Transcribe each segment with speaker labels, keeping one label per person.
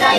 Speaker 1: 大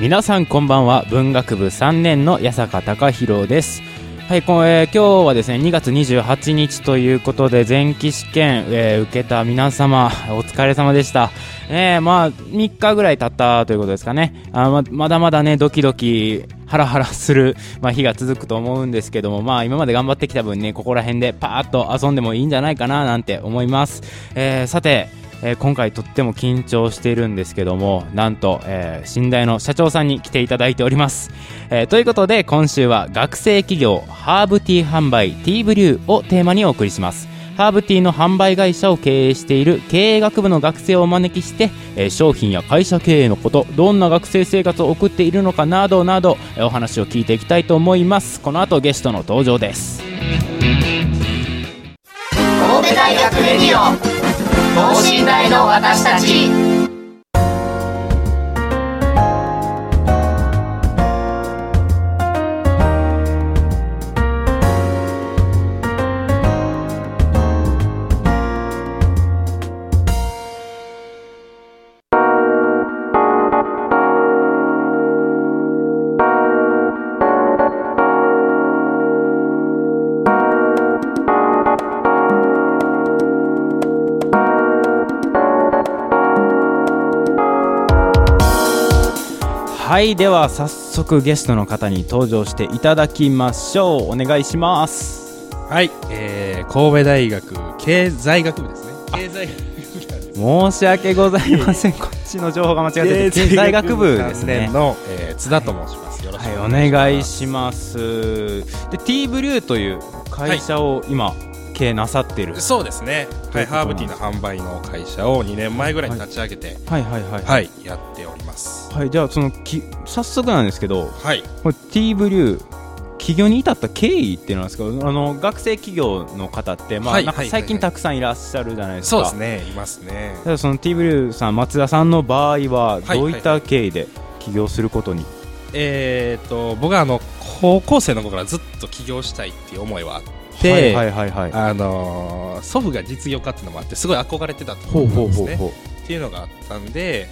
Speaker 2: 皆さんこんばんは文学部3年の八坂隆弘ですはい、こえー今日はですね2月28日ということで前期試験、えー受けた皆様お疲れ様でしたねえまあ3日ぐらい経ったということですかねあままだまだねドキドキハラハラする、まあ、日が続くと思うんですけどもまあ今まで頑張ってきた分ねここら辺でパーッと遊んでもいいんじゃないかななんて思います、えーさてえー今回とっても緊張しているんですけどもなんと、えー、新大の社長さんに来ていただいております、えーということで今週は学生企業ハーブティー販売ティーブリューをテーマにお送りしますハーブティーの販売会社を経営している経営学部の学生をお招きして、えー商品や会社経営のことどんな学生生活を送っているのかなどなど、えーお話を聞いていきたいと思いますこの後ゲストの登場です
Speaker 1: 神戸大学レディオ等身大の私たち
Speaker 2: はいでは早速ゲストの方に登場していただきましょうお願いします
Speaker 3: はい、えー、神戸大学経済学部ですね。経済
Speaker 2: 申し訳ございませんこっちの情報が間違ってて経済学部です
Speaker 3: 3
Speaker 2: ね
Speaker 3: 年の、えー、津田と申します。よろし
Speaker 2: はい
Speaker 3: く
Speaker 2: お
Speaker 3: お願
Speaker 2: 願
Speaker 3: い
Speaker 2: い
Speaker 3: し
Speaker 2: しますで T ブリューという会社を今経営なさってる
Speaker 3: ます。そうですね。
Speaker 2: と
Speaker 3: はいい、
Speaker 2: うことな
Speaker 3: ハ
Speaker 2: ん
Speaker 3: ーブティーの販売の会社を2年前ぐらいに立ち上げて、
Speaker 2: はいはいはい
Speaker 3: はい、やっております。
Speaker 2: はいじゃあそのき早速なんですけど
Speaker 3: はい、
Speaker 2: これ T ブリュー起業に至った経緯っていうのはですかあの学生企業の方って、まあ
Speaker 3: はい
Speaker 2: なんか
Speaker 3: はい
Speaker 2: 最近
Speaker 3: はいは
Speaker 2: たくさんいらっしゃるじゃないですか、
Speaker 3: そうですね。いますね。
Speaker 2: ただその T ブリューさん松田さんの場合は
Speaker 3: はい
Speaker 2: どういった経緯で起業することに、
Speaker 3: えーと僕はあの高校生の頃からずっと起業したいっていう思いはあって、
Speaker 2: はいはいはいはい
Speaker 3: あのー祖父が実業家っていうのもあってすごい憧れてたと思うんですね。
Speaker 2: ほ
Speaker 3: っていうのがあったんで、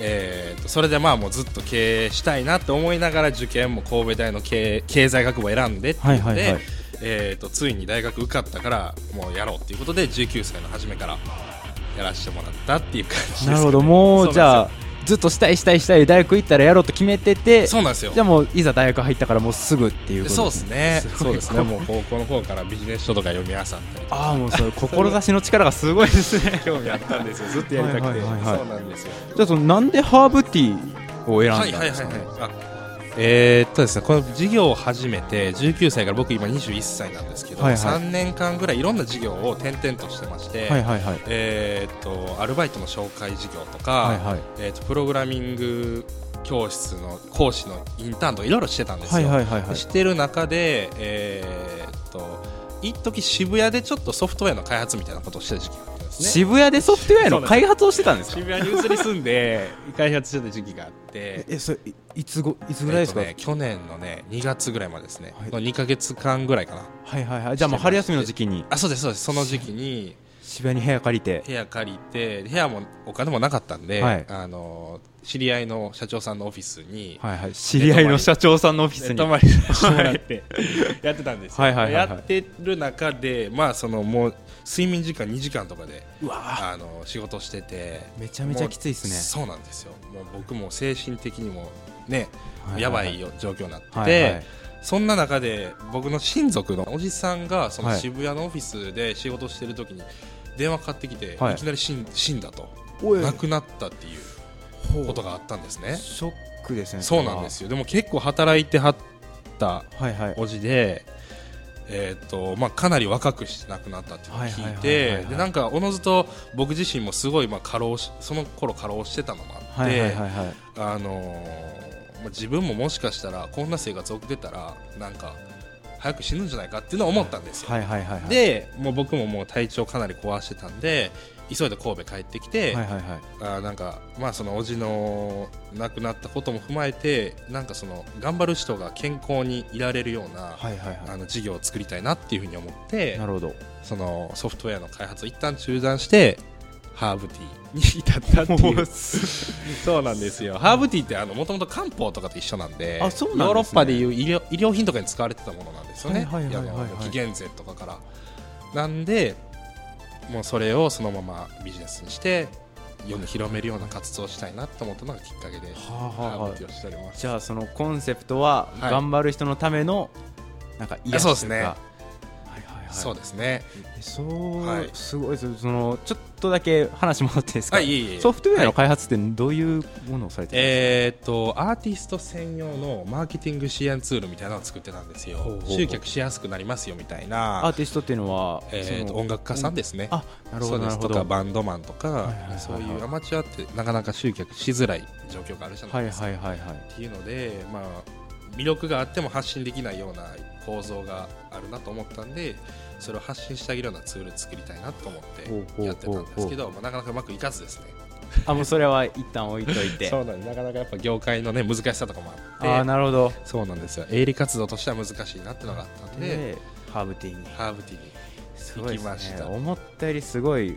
Speaker 3: えーとそれでまあもうずっと経営したいなって思いながら受験も神戸大の経営経済学部を選んでって
Speaker 2: はい
Speaker 3: 言って、
Speaker 2: はいはい
Speaker 3: えーとついに大学受かったからもうやろうっていうことで19歳の初めからやらせてもらったっていう感じです
Speaker 2: なるほどもうじゃ
Speaker 3: あ
Speaker 2: あずっとしたいしたいしたい大学行ったらやろうと決めてて
Speaker 3: そうなんですよ
Speaker 2: じゃあもういざ大学入ったからもうすぐっていうこと
Speaker 3: そうですね
Speaker 2: す
Speaker 3: そ
Speaker 2: ご
Speaker 3: う
Speaker 2: い
Speaker 3: ですねもう高校の方からビジネス書とか読み漁ったりとか
Speaker 2: ああもうそれ志の力がすごいですね
Speaker 3: 興味あったんですよずっとやりたくて、
Speaker 2: はいはいはいはい
Speaker 3: そうなんですよ
Speaker 2: じゃあそのなんでハーブティーを選んだんですか、ね
Speaker 3: はいはいはいはいあえーっとですねこの事業を始めて19歳から僕今21歳なんですけど、
Speaker 2: はいはい
Speaker 3: 3年間ぐらいいろんな事業を転々としてまして、
Speaker 2: はいはいはい
Speaker 3: えーっとアルバイトの紹介事業とか、
Speaker 2: はいはい
Speaker 3: えーっとプログラミング教室の講師のインターンとかいろいろしてたんです
Speaker 2: は
Speaker 3: よ、
Speaker 2: いはいはいはい
Speaker 3: してる中でえーっと一時渋谷でちょっとソフトウェアの開発みたいなことをしてた時期があったんですね
Speaker 2: 渋谷でソフトウェアの開発をしてたんですか
Speaker 3: 渋谷に移り住んで開発してた時期があって
Speaker 2: えそれいいつごいつぐらいで
Speaker 3: えっ
Speaker 2: す
Speaker 3: と
Speaker 2: か、
Speaker 3: ね、去年のね2月ぐらいまでですね、
Speaker 2: はい
Speaker 3: の2か月間ぐらいかな
Speaker 2: はいはいはいじゃあもう春休みの時期に
Speaker 3: あそうですそうですその時期に
Speaker 2: 渋谷に部屋借りて
Speaker 3: 部屋借りて部屋もお金もなかったんで、
Speaker 2: はい
Speaker 3: あの知り合いの社長さんのオフィスに、
Speaker 2: はいはい知り合いの社長さんのオフィス
Speaker 3: で
Speaker 2: に
Speaker 3: 泊まりしてもらって、やってたんですよ、
Speaker 2: はいはいはいはい
Speaker 3: やってる中でまあそのもう睡眠時間2時間とかで
Speaker 2: うわ
Speaker 3: あの仕事してて
Speaker 2: めちゃめちゃきついっすね
Speaker 3: もうそうなんですよもう僕も精神的にもね、
Speaker 2: はい
Speaker 3: やばいよ状況になってて、そんな中で僕の親族のおじさんがその
Speaker 2: はい
Speaker 3: 渋谷のオフィスで仕事してる時に電話かかってきて、
Speaker 2: はい
Speaker 3: い、きなり死ん死んだと
Speaker 2: おい
Speaker 3: 亡くなったっていう
Speaker 2: ほう
Speaker 3: ことがあったんですね
Speaker 2: ショックですね
Speaker 3: そうなんですよでも結構働いてはった
Speaker 2: はいはい
Speaker 3: おじで、えーとまあ、かなり若くして亡くなったっていうのを聞い
Speaker 2: はいはいはいはいはい
Speaker 3: てでなんかおのずと僕自身もすごいまあ過労しその頃過労してたのもあっ
Speaker 2: はい
Speaker 3: て、
Speaker 2: はいはいはい
Speaker 3: あのーまあ自分ももしかしたらこんな生活を送ってたらなんか早く死ぬんじゃないかっていうのは思ったんですよ。
Speaker 2: はいはいはいはい
Speaker 3: でもう僕ももう体調かなり壊してたんで急いで神戸帰ってきて、
Speaker 2: はいはいはい
Speaker 3: あーなんかまあそのおじの亡くなったことも踏まえてなんかその頑張る人が健康にいられるような、
Speaker 2: はいはいは
Speaker 3: あの事業を作りたいなっていうふうに思って
Speaker 2: いなるほど
Speaker 3: そのソフトウェアの開発を一旦中断してハーブテ ィーに至ったってい
Speaker 2: も
Speaker 3: うそうなんですよハーブティーってあのもともと漢方とかと一緒なんで
Speaker 2: あそうなんですね
Speaker 3: ヨーロッパでいう医療医療品とかに使われてたものなんですよね
Speaker 2: はいはいはいはいはい
Speaker 3: あの紀元前とかからなんでもうそれをそのままビジネスにして世に広めるような活動をしたいなと思ったのがきっかけで、
Speaker 2: はあはあ
Speaker 3: ハー
Speaker 2: は
Speaker 3: ブ
Speaker 2: あ
Speaker 3: ティーをしております
Speaker 2: じゃあそのコンセプトは
Speaker 3: はい
Speaker 2: 頑張る人のためのなんか癒しというか
Speaker 3: あそうですね
Speaker 2: はいはいはい
Speaker 3: そうですね
Speaker 2: えそう、
Speaker 3: はい
Speaker 2: すごいですそのちょっとだけ話もらっていいですか、
Speaker 3: はいいえいえいえ
Speaker 2: ソフトウェアの開発ってどういうものをされてるんです
Speaker 3: えーっとアーティスト専用のマーケティング支援ツールみたいなのを作ってたんですよ
Speaker 2: ほうほうほう
Speaker 3: 集客しやすくなりますよみたい
Speaker 2: か、ア
Speaker 3: な
Speaker 2: ー、ティストっていうのは、
Speaker 3: えーっ
Speaker 2: そ
Speaker 3: と
Speaker 2: の
Speaker 3: 音楽家さんですね、
Speaker 2: あなるほど
Speaker 3: そう
Speaker 2: な
Speaker 3: で
Speaker 2: る
Speaker 3: す
Speaker 2: ほ
Speaker 3: と
Speaker 2: ど
Speaker 3: かバンドマンとか、
Speaker 2: いはいはい
Speaker 3: そういうアマチュアってなかなか集客しづらい状況があるじゃな
Speaker 2: はいい
Speaker 3: ですか、
Speaker 2: はいはいはい
Speaker 3: っていうので、まあ、魅力があっても発信できないような構造があるなと思ったんでそれを発信してあげるようなツール作りたいなと思
Speaker 2: ほうほ
Speaker 3: っ
Speaker 2: う
Speaker 3: てやってたんですけど、まあ、なかなかうまくいかずですね
Speaker 2: あもうそれは一旦置いといて
Speaker 3: そうなんですなかなかやっぱ業界の、ね、難しさとかもあって
Speaker 2: あーなるほど
Speaker 3: そうなんですよ営利活動としては難しいなってのがあったんで、
Speaker 2: でハーブティーに
Speaker 3: ハーブティーに
Speaker 2: すごいですね
Speaker 3: 行きました
Speaker 2: 思ったよりすごい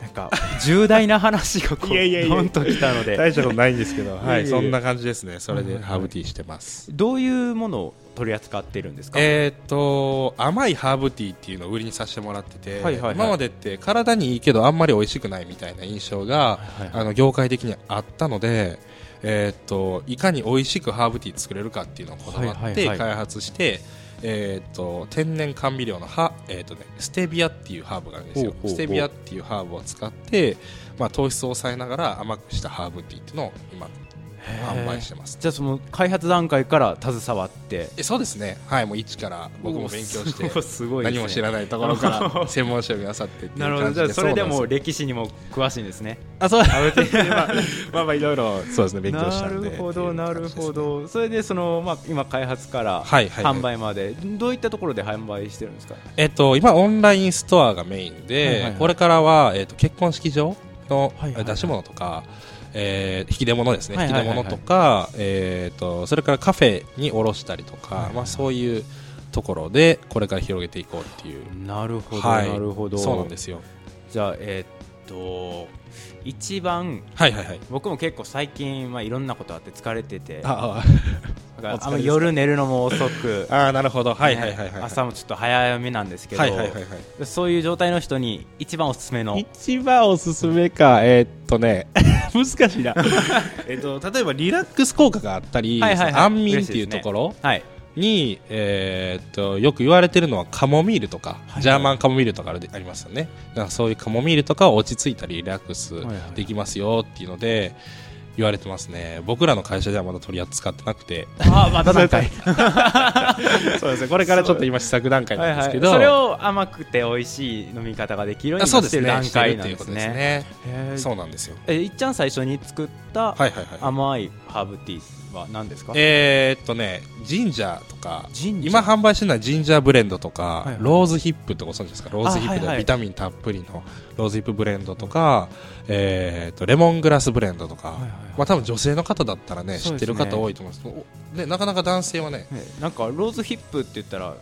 Speaker 2: なんか重大な話がこう
Speaker 3: いやいやいや
Speaker 2: ドンときたので
Speaker 3: 大したことないんですけど、
Speaker 2: い
Speaker 3: は
Speaker 2: えいえ
Speaker 3: い、そんな感じですねそれ
Speaker 2: はい
Speaker 3: で
Speaker 2: はい
Speaker 3: ハーブティーしてます、
Speaker 2: どういうものを取り扱ってるんですか、
Speaker 3: えーっと甘いハーブティーっていうのを売りにさせてもらってて、
Speaker 2: はいはいはい
Speaker 3: 今までって体にいいけどあんまり美味しくないみたいな印象が、
Speaker 2: はいはい
Speaker 3: あの業界的にあったので、えーっといかに美味しくハーブティー作れるかっていうのをこだわ
Speaker 2: はい
Speaker 3: っ
Speaker 2: はい
Speaker 3: て
Speaker 2: はい
Speaker 3: 開発して、えーっと天然甘味料のハ、えーっとね、ステビアっていうハーブがあるんです
Speaker 2: ほ
Speaker 3: よ
Speaker 2: うほうほう
Speaker 3: ステビアっていうハーブを使って、まあ、糖質を抑えながら甘くしたハーブティーっていうのを今販売してます
Speaker 2: じゃあその開発段階から携わって
Speaker 3: えそうですねはいもう一から僕も勉強して
Speaker 2: お すごいですね
Speaker 3: 何も知らないところから 専門書をなさってっていう
Speaker 2: なるほど
Speaker 3: 感
Speaker 2: じ
Speaker 3: じ
Speaker 2: ゃ
Speaker 3: で
Speaker 2: あそれでも
Speaker 3: う
Speaker 2: う歴史にも詳しいんですね
Speaker 3: な んですあそうあ別にまあまあまあいろいろそうですね勉強した
Speaker 2: なん
Speaker 3: で
Speaker 2: るほどなるほ
Speaker 3: っていう感じですね
Speaker 2: どそれでその、まあ、今開発から
Speaker 3: はいはいはい
Speaker 2: 販売まで、どういったところで販売してるんですか
Speaker 3: えっと今オンラインストアがメインで、
Speaker 2: はいはいはい
Speaker 3: これからは、えっと結婚式場の
Speaker 2: はいはいはい
Speaker 3: 出し物とか、えー引き出物ですね、
Speaker 2: はいはいはいはい
Speaker 3: 引き出物とか、えっとそれからカフェに卸したりと
Speaker 2: はい
Speaker 3: か、
Speaker 2: はいはい
Speaker 3: まあ、そういうところでこれから広げていこうっていう
Speaker 2: なるほど、
Speaker 3: はい
Speaker 2: なるほど
Speaker 3: そうなんですよ
Speaker 2: じゃあえーっと一番
Speaker 3: はいはいはい
Speaker 2: 僕も結構最近、まあ、いろんなことあって疲れててだ
Speaker 3: あ
Speaker 2: から
Speaker 3: お疲れです、
Speaker 2: あんま夜寝るのも遅く
Speaker 3: あなるほどはいはいはい
Speaker 2: ね
Speaker 3: はい
Speaker 2: 朝もちょっと早めなんですけど、
Speaker 3: はいはいはいはい
Speaker 2: そういう状態の人に一番おすすめの
Speaker 3: 一番おすすめか、えーっとね、難しいな、 えっと、例えばリラックス効果があったり、
Speaker 2: はいはいはい
Speaker 3: その安眠っていうところ
Speaker 2: はい
Speaker 3: に、えーっとよく言われてるのはカモミールとか、
Speaker 2: い
Speaker 3: ジャーマンカモミールとかあるありますよね、なんかそういうカモミールとかは落ち着いたりリラックス
Speaker 2: はいはい
Speaker 3: できますよっていうので、言われてますね、僕らの会社ではまだ取り扱ってな くて、
Speaker 2: あまた何回
Speaker 3: そうですね、これからちょっと今、試作段階
Speaker 2: は
Speaker 3: ないんです
Speaker 2: はい
Speaker 3: けど、
Speaker 2: それを甘くて美味しい飲み方ができるよう
Speaker 3: あ
Speaker 2: に
Speaker 3: そうで
Speaker 2: して
Speaker 3: す
Speaker 2: る
Speaker 3: ね、
Speaker 2: 段階
Speaker 3: し
Speaker 2: な
Speaker 3: て
Speaker 2: ん
Speaker 3: る
Speaker 2: で
Speaker 3: っていうこ
Speaker 2: す
Speaker 3: とです
Speaker 2: ね
Speaker 3: ね。
Speaker 2: へー
Speaker 3: そうなんですよ。
Speaker 2: えいっちゃん最初に作った
Speaker 3: はいはいはい。
Speaker 2: 甘いハーブティーは何ですか、
Speaker 3: えーっとね、ジンジャーとか、
Speaker 2: ジンジャー
Speaker 3: 今販売してるのはジンジャーブレンドとか、
Speaker 2: いはい
Speaker 3: ローズヒップってご存知ですかローズヒッ
Speaker 2: あ
Speaker 3: プ
Speaker 2: はいはい
Speaker 3: でビタミンたっぷりのローズヒップブレンドとか、えーっと、レモングラスブレンドとか、
Speaker 2: いはい
Speaker 3: まあ多分女性の方だったらね、
Speaker 2: そう
Speaker 3: 知
Speaker 2: です
Speaker 3: って
Speaker 2: ね
Speaker 3: る方多いと思うんですけど、おね、なかなか男性はね、
Speaker 2: ねなんかローズヒップって言ったらなんか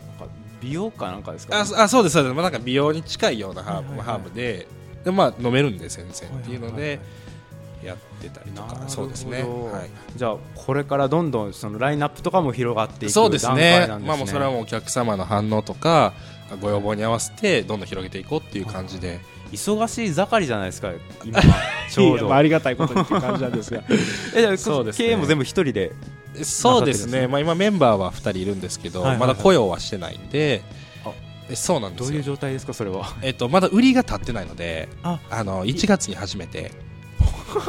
Speaker 2: 美容かなんかですか
Speaker 3: あそあそうです、そうです、まあ、なんか美容に近いようなハ
Speaker 2: は
Speaker 3: ーブ,、
Speaker 2: いはいはい
Speaker 3: ハーブで、でまあ飲めるんで、全然っていうの
Speaker 2: はいはい
Speaker 3: で
Speaker 2: は、
Speaker 3: やってたりと
Speaker 2: な
Speaker 3: か
Speaker 2: るほ、ど
Speaker 3: そうですね。はい
Speaker 2: じゃあこれからどんどんそのラインナップとかも広がっていく
Speaker 3: そう
Speaker 2: 段
Speaker 3: です
Speaker 2: 階なん
Speaker 3: ね
Speaker 2: ですね
Speaker 3: まあもうそれはもうお客様の反応とかご要望に合わせてどんどん広げていこうっていう感じで
Speaker 2: 忙しい盛りじゃないですか今 はちょうど、
Speaker 3: りがたいことっていう感じな んですが
Speaker 2: えじゃあ
Speaker 3: そうですね
Speaker 2: 経営も全部一人で
Speaker 3: そうです
Speaker 2: なさってるんですね
Speaker 3: ね、まあ、今メンバーは2人いるんですけど、
Speaker 2: はいはいはい
Speaker 3: まだ雇用はしてないんで
Speaker 2: あ
Speaker 3: えそうなんで
Speaker 2: どう
Speaker 3: す
Speaker 2: いう
Speaker 3: よ
Speaker 2: 状態ですかそれは
Speaker 3: えっと、まだ売りが立ってないので
Speaker 2: あ
Speaker 3: あの1月に初め て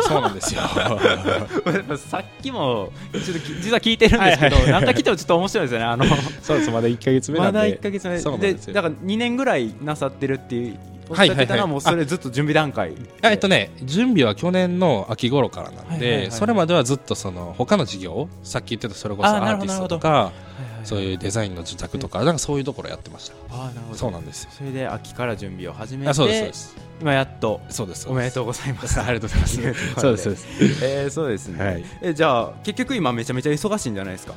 Speaker 3: そうなんですよ
Speaker 2: さっきもちょっとき実は聞いてるんですけど、
Speaker 3: はいはい
Speaker 2: なんか聞いてもちょっと面白いですよねあの
Speaker 3: そうですまだ1か月目な
Speaker 2: ま
Speaker 3: んで
Speaker 2: だ1か月目
Speaker 3: そうなん
Speaker 2: で
Speaker 3: ですよ
Speaker 2: だから2年ぐらいなさってるっていうおっしゃ
Speaker 3: はい
Speaker 2: っ
Speaker 3: は
Speaker 2: て
Speaker 3: い
Speaker 2: た
Speaker 3: はい
Speaker 2: のはもうそれずっと準備段階
Speaker 3: あえっとね準備は去年の秋頃からなんで、
Speaker 2: はいはいはい
Speaker 3: それまではずっとその他の事業さっき言ってたそれこそ
Speaker 2: あな
Speaker 3: ア
Speaker 2: る
Speaker 3: ー
Speaker 2: ほ
Speaker 3: ティ
Speaker 2: ど
Speaker 3: ストとかそういうデザインの自宅とかなんかそういうところやってました
Speaker 2: あーなるほど
Speaker 3: そうなんですよ
Speaker 2: それで秋から準備を始めて
Speaker 3: あそうですそうです
Speaker 2: 今やっと
Speaker 3: そうです
Speaker 2: おめでとうございますありがとう ございます
Speaker 3: そうですそうです
Speaker 2: すえーそうですね、
Speaker 3: はい
Speaker 2: えじゃあ結局今めちゃめちゃ忙しいんじゃないですか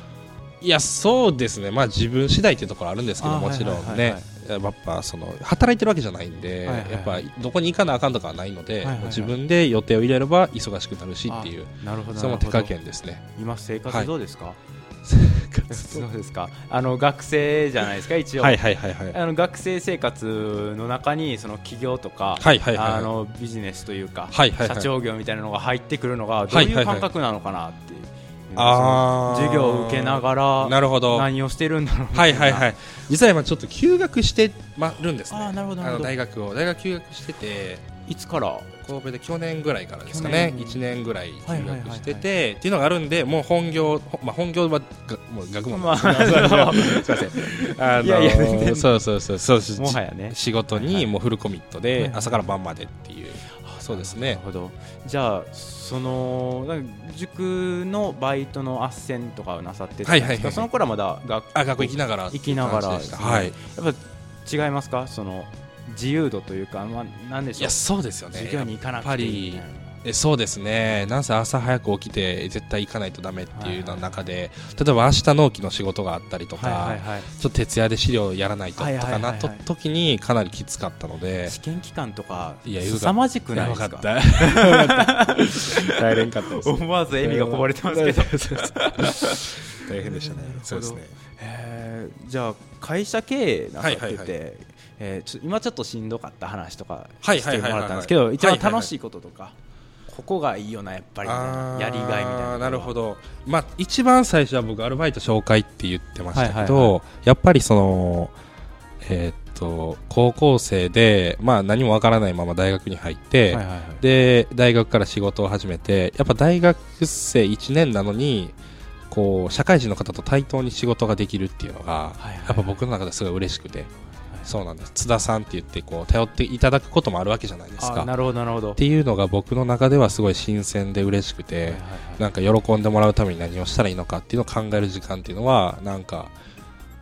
Speaker 3: いやそうですねまあ自分次第っていうところあるんですけ
Speaker 2: あ
Speaker 3: どもちろ
Speaker 2: はい
Speaker 3: ん
Speaker 2: はい
Speaker 3: ね
Speaker 2: はい
Speaker 3: やっぱその働いてるわけじゃないんで、
Speaker 2: はいはい
Speaker 3: やっぱどこに行かなあかんとかはないので、
Speaker 2: いはいはい
Speaker 3: 自分で予定を入れれば忙しくなるしっていう
Speaker 2: あなるほど
Speaker 3: それも
Speaker 2: なる
Speaker 3: 手
Speaker 2: ほど
Speaker 3: 加減ですね
Speaker 2: 今生
Speaker 3: は
Speaker 2: 活
Speaker 3: い
Speaker 2: どうですか、 そうですかあの学生じゃないですか一応、
Speaker 3: はいはいはいはい
Speaker 2: あの学生生活の中にその起業とか、
Speaker 3: はいはいはい
Speaker 2: あのビジネスというか、
Speaker 3: はいはいはい
Speaker 2: 社長業みたいなのが入ってくるのがどう
Speaker 3: はいいは
Speaker 2: う
Speaker 3: いはい
Speaker 2: 感覚なのかなっていう、
Speaker 3: あー
Speaker 2: 授業を受けながら
Speaker 3: なるほど
Speaker 2: 何をしてるんだろうみた
Speaker 3: はい
Speaker 2: いな
Speaker 3: はいはいい実は今ちょっと休学してまるんですね
Speaker 2: あーなるほどな
Speaker 3: あ
Speaker 2: るほ
Speaker 3: の
Speaker 2: ど
Speaker 3: 大学を大学休学してて
Speaker 2: つから
Speaker 3: 神戸で去年ぐらいからですか
Speaker 2: 去
Speaker 3: ね
Speaker 2: 年
Speaker 3: 1年ぐらい
Speaker 2: はいは
Speaker 3: 休
Speaker 2: いはいはい
Speaker 3: 学しててっていうのがあるんでもう本業、ほまあ、本業はがもう学 問
Speaker 2: まあ
Speaker 3: すいませんすいません あの
Speaker 2: いやいや全然
Speaker 3: そうそうそうそう
Speaker 2: もはやね
Speaker 3: 仕事
Speaker 2: はいはい
Speaker 3: にもうフルコミット
Speaker 2: はいはい
Speaker 3: で朝から晩までっていうそうです
Speaker 2: な
Speaker 3: ね
Speaker 2: るほどじゃあそのなんか塾のバイトの斡旋とかをなさってたんですか、
Speaker 3: はいはいはい
Speaker 2: その頃はまだ学
Speaker 3: あ学校行きながらっていう
Speaker 2: 行きながら
Speaker 3: 感じでしたはい
Speaker 2: やっぱ違いますかその自由度というか、まあ、なんでしょ
Speaker 3: い
Speaker 2: う
Speaker 3: やそうですよね
Speaker 2: 授業に行かなくていいみたいな
Speaker 3: えそうですね、なんせ朝早く起きて絶対行かないとダメっていうような中で、例えば明日納期の仕事があったりとか、
Speaker 2: はいはいはい
Speaker 3: ちょっと徹夜で資料やらないとと
Speaker 2: はいはいは
Speaker 3: か
Speaker 2: いは
Speaker 3: ないと時にかなりきつかったので、
Speaker 2: 試験期間とか
Speaker 3: いや
Speaker 2: 凄まじくないですか
Speaker 3: やば かった帰れんかったで す
Speaker 2: 思わず笑みがこぼれてますけど
Speaker 3: 大変でしたね、そうですね。
Speaker 2: えーじゃあ会社経営なさってて、
Speaker 3: はいはいは
Speaker 2: えーちょ今ちょっとしんどかった話とか
Speaker 3: はい
Speaker 2: し
Speaker 3: はい
Speaker 2: て
Speaker 3: はいはい
Speaker 2: もらったんですけど一番
Speaker 3: はいはいはい
Speaker 2: 楽しいこととか、ここがいいよなやっぱりみたい
Speaker 3: あ
Speaker 2: な
Speaker 3: ー
Speaker 2: やりがいみたいな
Speaker 3: るほ
Speaker 2: ど
Speaker 3: ど、まあ、一番最初は僕アルバイト紹介って言ってましたけど、
Speaker 2: はいはいは
Speaker 3: やっぱりそのえーっと高校生で、まあ、何もわからないまま大学に入って、
Speaker 2: はいはいはい
Speaker 3: で大学から仕事を始めてやっぱ大学生1年なのにこう社会人の方と対等に仕事ができるっていうのが、
Speaker 2: はいはいはい
Speaker 3: やっぱ僕の中ですごい嬉しくて、そうなんです津田さんって言ってこう頼っていただくこともあるわけじゃないです
Speaker 2: あ
Speaker 3: か
Speaker 2: ーなるほどなるほど
Speaker 3: っていうのが僕の中ではすごい新鮮で嬉しくて、
Speaker 2: はいはいはい
Speaker 3: なんか喜んでもらうために何をしたらいいのかっていうのを考える時間っていうのはなんか、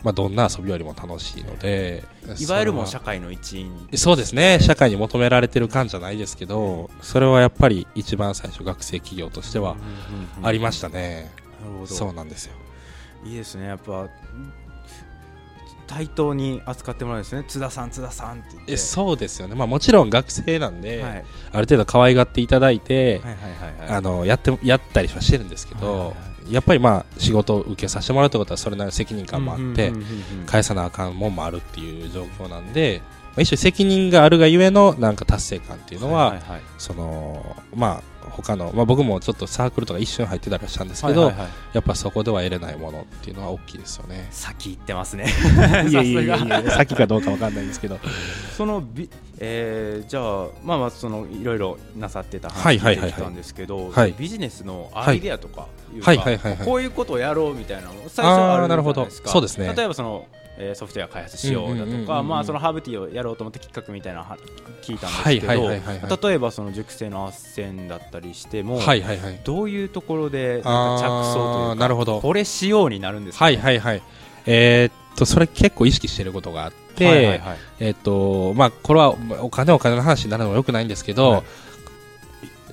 Speaker 3: まあ、どんな遊びよりも楽しいので
Speaker 2: いわゆるもう
Speaker 3: そ
Speaker 2: 社
Speaker 3: れは
Speaker 2: 会の一員
Speaker 3: そうですね社会に求められてる感じゃないですけどそれはやっぱり一番最初学生企業としてはありましたね、
Speaker 2: なるほど
Speaker 3: そうなんですよ
Speaker 2: いいですねやっぱ対等に扱ってもらうんですね津田さん津田さんって言って
Speaker 3: えそうですよね、まあ、もちろん学生なんで、
Speaker 2: はい、はい
Speaker 3: ある程度可愛がっていただいて、
Speaker 2: はいはいはい
Speaker 3: あのやってやったりはしてるんですけ
Speaker 2: はいは
Speaker 3: ど、やっぱりまあ仕事を受けさせてもらうってことはそれなりの責任感もあって、
Speaker 2: うんうんうんうんうん
Speaker 3: 返さなあかんもんもあるっていう状況なんで、まあ、一種責任があるがゆえのなんか達成感っていうのは、
Speaker 2: いはい
Speaker 3: そのまあ他の、まあ、僕もちょっとサークルとか一瞬入ってたりはしたんですけど、
Speaker 2: はいはいはい。
Speaker 3: やっぱそこでは得れないものっていうのは大きいですよね
Speaker 2: 先行ってますね
Speaker 3: い
Speaker 2: やいやいやい
Speaker 3: やさっきかどうかわかんないんですけど
Speaker 2: そのび、えーじゃあまあまあそのいろいろなさってた
Speaker 3: はい
Speaker 2: 話
Speaker 3: は
Speaker 2: 聞
Speaker 3: い
Speaker 2: い
Speaker 3: はいは
Speaker 2: て
Speaker 3: い
Speaker 2: きたんですけど、
Speaker 3: はい
Speaker 2: ビジネスのアイデアとかいうか、
Speaker 3: はいはいはいはいはい
Speaker 2: こういうことをやろうみたいなのも最初はあるじゃないです
Speaker 3: あーなる
Speaker 2: か
Speaker 3: ほどそうですね
Speaker 2: 例えばその、えーソフトウェア開発しようだ
Speaker 3: うんうんうん
Speaker 2: と
Speaker 3: うんう
Speaker 2: か
Speaker 3: ん
Speaker 2: まあそのハーブティーをやろうと思って企画みたいなのは聞いたん
Speaker 3: はい
Speaker 2: です
Speaker 3: はいはいはい
Speaker 2: け
Speaker 3: は
Speaker 2: ど例えばその熟成の斡旋だったりしても、
Speaker 3: はいはいはい
Speaker 2: どういうところでなんか着想とい
Speaker 3: あー
Speaker 2: うか
Speaker 3: なるほど
Speaker 2: これしようになるんですか、
Speaker 3: はいはいはいえーっとそれ結構意識してることがあって、
Speaker 2: はいはいはい
Speaker 3: えっとまあ、これはまあお金お金の話になるのもよくないんですけど、
Speaker 2: はい